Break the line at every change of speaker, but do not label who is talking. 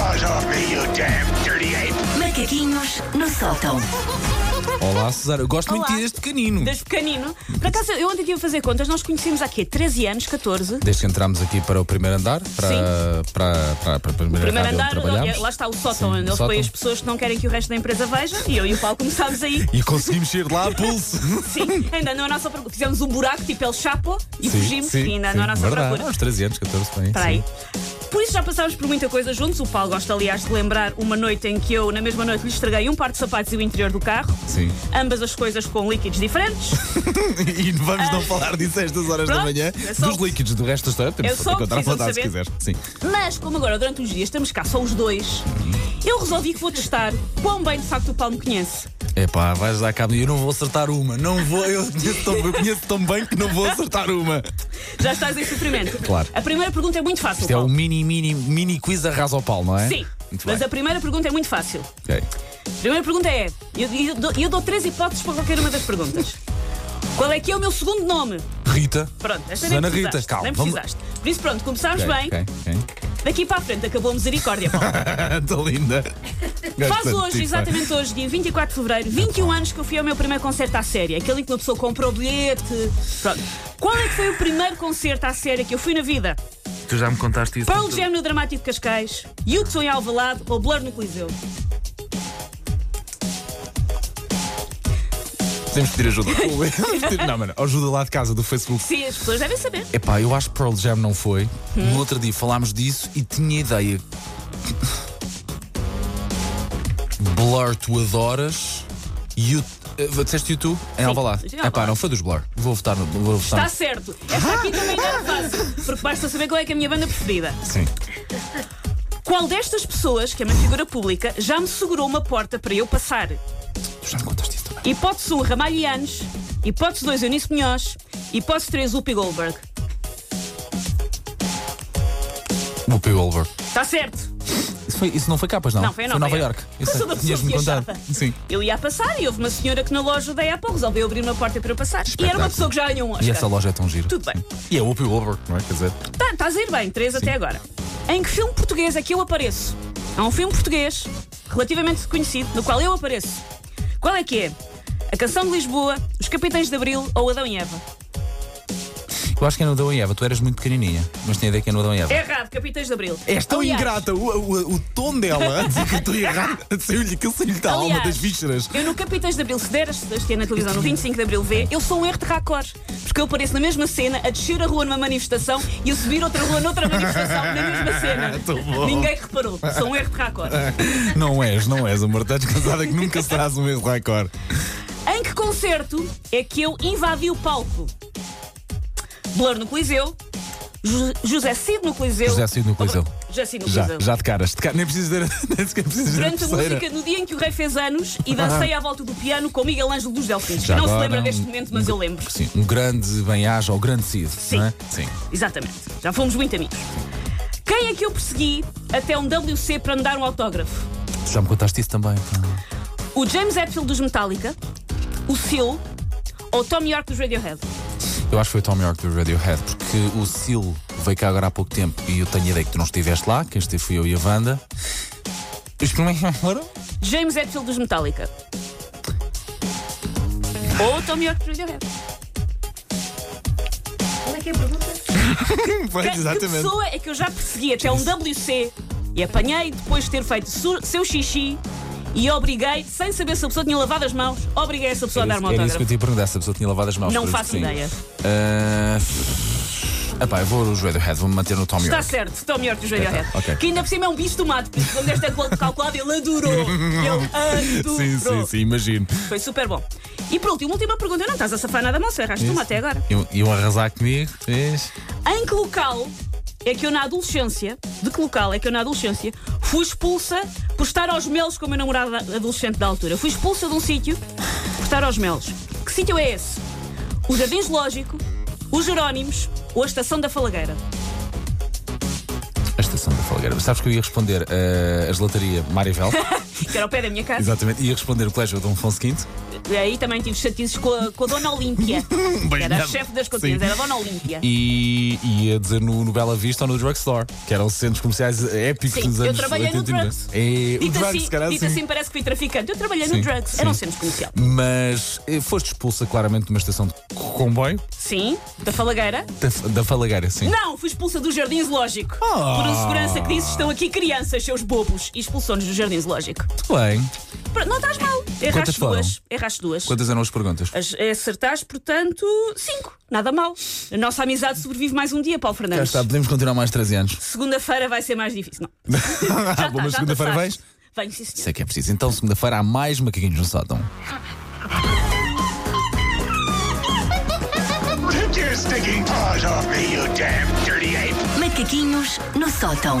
You damn dirty ape!
Macaquinhos no sótão.
Olá, Cesar. Eu gosto muito
Olá.
deste pequenino.
Desde pequenino. Por acaso, eu ontem estive a fazer contas, nós conhecemos há quê? 13 anos, 14.
Desde que entramos aqui para o primeiro andar, para, para, para, para a primeira
Primeiro
rádio onde
andar,
trabalhamos.
lá está o sótão,
Sim,
onde
o
eles
sótão.
põem as pessoas que não querem que o resto da empresa veja. E eu e o Paulo começámos aí.
E conseguimos ir lá a pulso.
Sim, ainda não é a nossa procura. Fizemos um buraco tipo El Chapo e fugimos. e ainda não é a nossa
verdade.
procura.
Aos 13 anos, 14 também.
Espera aí. Por isso já passámos por muita coisa juntos. O Paulo gosta, aliás, de lembrar uma noite em que eu, na mesma noite, lhe estraguei um par de sapatos e o interior do carro.
Sim.
Ambas as coisas com líquidos diferentes.
e vamos não falar disso a estas horas da
Ah. Pronto,
manhã.
é só-
Dos líquidos do resto da história, temos
Eu só
de encontrar
preciso
vontade se
de
quiser.
saber.
Sim.
Mas, como agora durante uns dias estamos cá só os dois, eu resolvi que vou testar quão bem de facto o Paulo me conhece.
Epá, vais dar cabo. de- Eu não vou acertar uma. Não vou. Eu conheço tão, eu conheço tão bem que não vou acertar uma.
Já estás em sofrimento.
Claro.
A primeira pergunta é muito fácil.
Isto é um
Paulo.
mini, mini, mini quiz arrasa ao pau, não é?
Sim.
Muito
Mas
bem.
a primeira pergunta é muito fácil.
Ok.
A primeira pergunta é: eu, eu dou- eu dou três hipóteses para qualquer uma das perguntas. Qual é que é o meu segundo nome?
Rita.
Pronto, esta
Susana
nem precisaste,
Rita, calma,
Nem
vamos-
precisaste. Por isso, pronto, começámos
Ok,
bem.
ok, ok.
Daqui para a frente acabou a misericórdia, Paulo.
Estou linda. tipo,
Faz hoje, exatamente hoje, dia 24 de fevereiro, 21 anos que eu fui ao meu primeiro concerto à série. Aquele em que uma pessoa compra o bilhete. Pronto. Qual é que foi o primeiro concerto à série que eu fui na vida?
Tu já me contaste isso. então.
Pearl Jam no Dramático de Cascais, Hudson em Alvalade ou Blur no Coliseu?
Temos que pedir ajuda. Tipo, não, mano, ajuda lá de casa do Facebook.
Sim, as pessoas devem saber.
Epá, eu acho que Pearl Jam não foi. No outro dia falámos disso e tinha ideia. Blur, tu adoras. You... eh, Disseste YouTube? Em Alvalade.
em
Epá,
Alvalade.
não foi dos Blur. Vou votar no. Vou
Tá.
votar
Está Tá certo. Esta aqui também não é fácil, porque basta saber qual é que é a minha banda preferida.
no... Sim.
Qual destas pessoas, que é uma figura pública, já me segurou uma porta para eu passar?
Tu já me contaste isso também.
Hipótese 1, Ramalhianos. Hipótese 2, Eunice Munhoz. Hipótese 3, Upi Goldberg.
O P. Wolver.
Está Tá certo.
Isso, foi- isso não foi capas, não?
Não, foi em Nova,
York.
Eu sou
Isso
da
é-
pessoa
Tinhas-me
que
contado.
achava.
Sim.
Eu ia a passar e houve uma senhora que na loja da Apple resolveu abrir uma porta para eu passar. E era uma
Espetáculo.
pessoa que já ganhou um Oscar.
E essa loja é tão gira.
Tudo bem.
E é o P. Wolver, não é? Quer dizer.
Tá, estás a ir bem, três até agora. Em que filme português é que eu apareço? Há um filme português relativamente conhecido no qual eu apareço. Qual é que é? A Canção de Lisboa, Os Capitães de Abril ou Adão e Eva?
Eu acho que é no Adão e Eva. Tu eras muito pequenininha, mas tinha ideia que é no Adão e Eva.
Errado, Capitães de Abril.
És tão
Aliás,
ingrata, o, o, o tom dela a dizer que eu estou errado, saiu-lhe que saiu da alma
Aliás,
das vísceras.
Eu no Capitães de Abril, se der este este ano na televisão, no 25 de Abril vê, eu sou um erro de raccord. Porque eu apareço na mesma cena, a descer a rua numa manifestação e a subir outra rua noutra manifestação, na mesma
É
cena. Ninguém reparou. Sou um erro de raccord.
Não és, não és, amor, estás casada que nunca serás um erro racor.
Em que concerto é que eu invadi o palco? Blur no Coliseu, Ju- José Cid no Coliseu.
José Cid no Coliseu.
José Cid no
Já,
Coliseu.
já de caras, de caras. nem preciso dizer, nem sequer preciso dizer a
Durante a
terceira. Ah.
música no dia em que o rei fez anos e dancei à volta do piano com Miguel Ângelo dos Delfins. Que
Já
não se
agora,
lembra deste
um-
momento, mas eu lembro.
Sim, um grande bem-aja, ou grande Cid,
Sim.
não é? Sim.
Exatamente. Já fomos muito amigos. Quem é que eu persegui até um WC para me dar um autógrafo?
Tu já me contaste isso também. então. pá.
O James Hetfield dos Metallica, o Seal ou o Tom York dos Radiohead?
Eu acho que foi o Tom York do Radiohead, porque o Seal veio cá agora há pouco tempo e eu tenho a ideia que tu não estiveste lá, que este fui eu e a Wanda. Os primeiros foram?
James Hetfield dos Metallica. Ou o Tom York dos Radiohead.
Pois,
Que, que pessoa é que eu já persegui até um WC e apanhei depois de ter feito su- seu xixi e obriguei, sem saber se a pessoa tinha lavado as mãos, obriguei essa pessoa
Era,
a dar um
isso- era isso que eu
autógrafo.
te ia perguntar, se a pessoa tinha lavado as mãos.
Não
acredito
faço
que sim.
ideia.
Ah, epá, eu vou o joelho do Head, vou-me manter no Tom
Está
York.
certo, Tom York dos Radiohead.
ok.
Que ainda por cima é um bicho tomado, porque quando esta calculada ele adorou. Ele adorou.
Sim, sim, sim, imagino.
Foi super bom. E por último, última pergunta, não estás a safar nada, mal, se erraste uma até agora.
E um arrasar comigo, vês?
Em que local é que eu na adolescência, de que local é que eu na adolescência fui expulsa por estar aos melos com o meu namorado adolescente da altura? Fui expulsa de um sítio por estar aos melos. Que sítio é esse? O Jardim Lógico, os Jerónimos ou a Estação da Falagueira?
A estação da Falgueira. Sabes que eu ia responder ah, a gelataria Marivel,
Que era ao pé da minha casa.
exatamente, ia responder o colégio Dom Afonso V,
E aí também tive chatices com a, com a Dona Olímpia. que era a
Beijado.
chefe das continhas,
Sim.
era a Dona Olímpia.
E ia dizer no, no Bela Vista ou no Drugstore, que eram centros comerciais épicos
Sim,
nos
eu
anos
trabalhei no
80 e 90.
Drugs.
É, o
Dito,
Drugs,
assim,
se calhar,
dito
sim.
assim, parece que fui traficante. Eu trabalhei no
Sim,
drugs,
sim.
era um centro comercial.
Mas eh, foste expulsa claramente de uma estação de comboio
Sim, da Falagueira.
da, da Falagueira, sim.
Não, fui expulsa do Jardim Zoológico.
Ah.
Por um segurança que disse: estão aqui crianças, seus bobos. E expulsou-nos do Jardim Zoológico.
Muito bem.
Pronto, não estás mal.
Quantas
Erraste
foram?
duas. Erraste duas.
Quantas eram as perguntas?
As, é acertaste, portanto, cinco. Nada mal. A nossa amizade sobrevive mais um dia, Paulo
Já
Fernandes.
está, podemos continuar mais 13 anos.
Segunda-feira vai ser mais difícil. Não.
Ah, bom, mas
já
segunda-feira
passaste.
vais?
Venho, sim, senhor.
Isso é que é preciso. Então, segunda-feira há mais macaquinhos no sótão.
Take your stinking paws off me, you damn dirty ape!
Macaquinhos no sótão.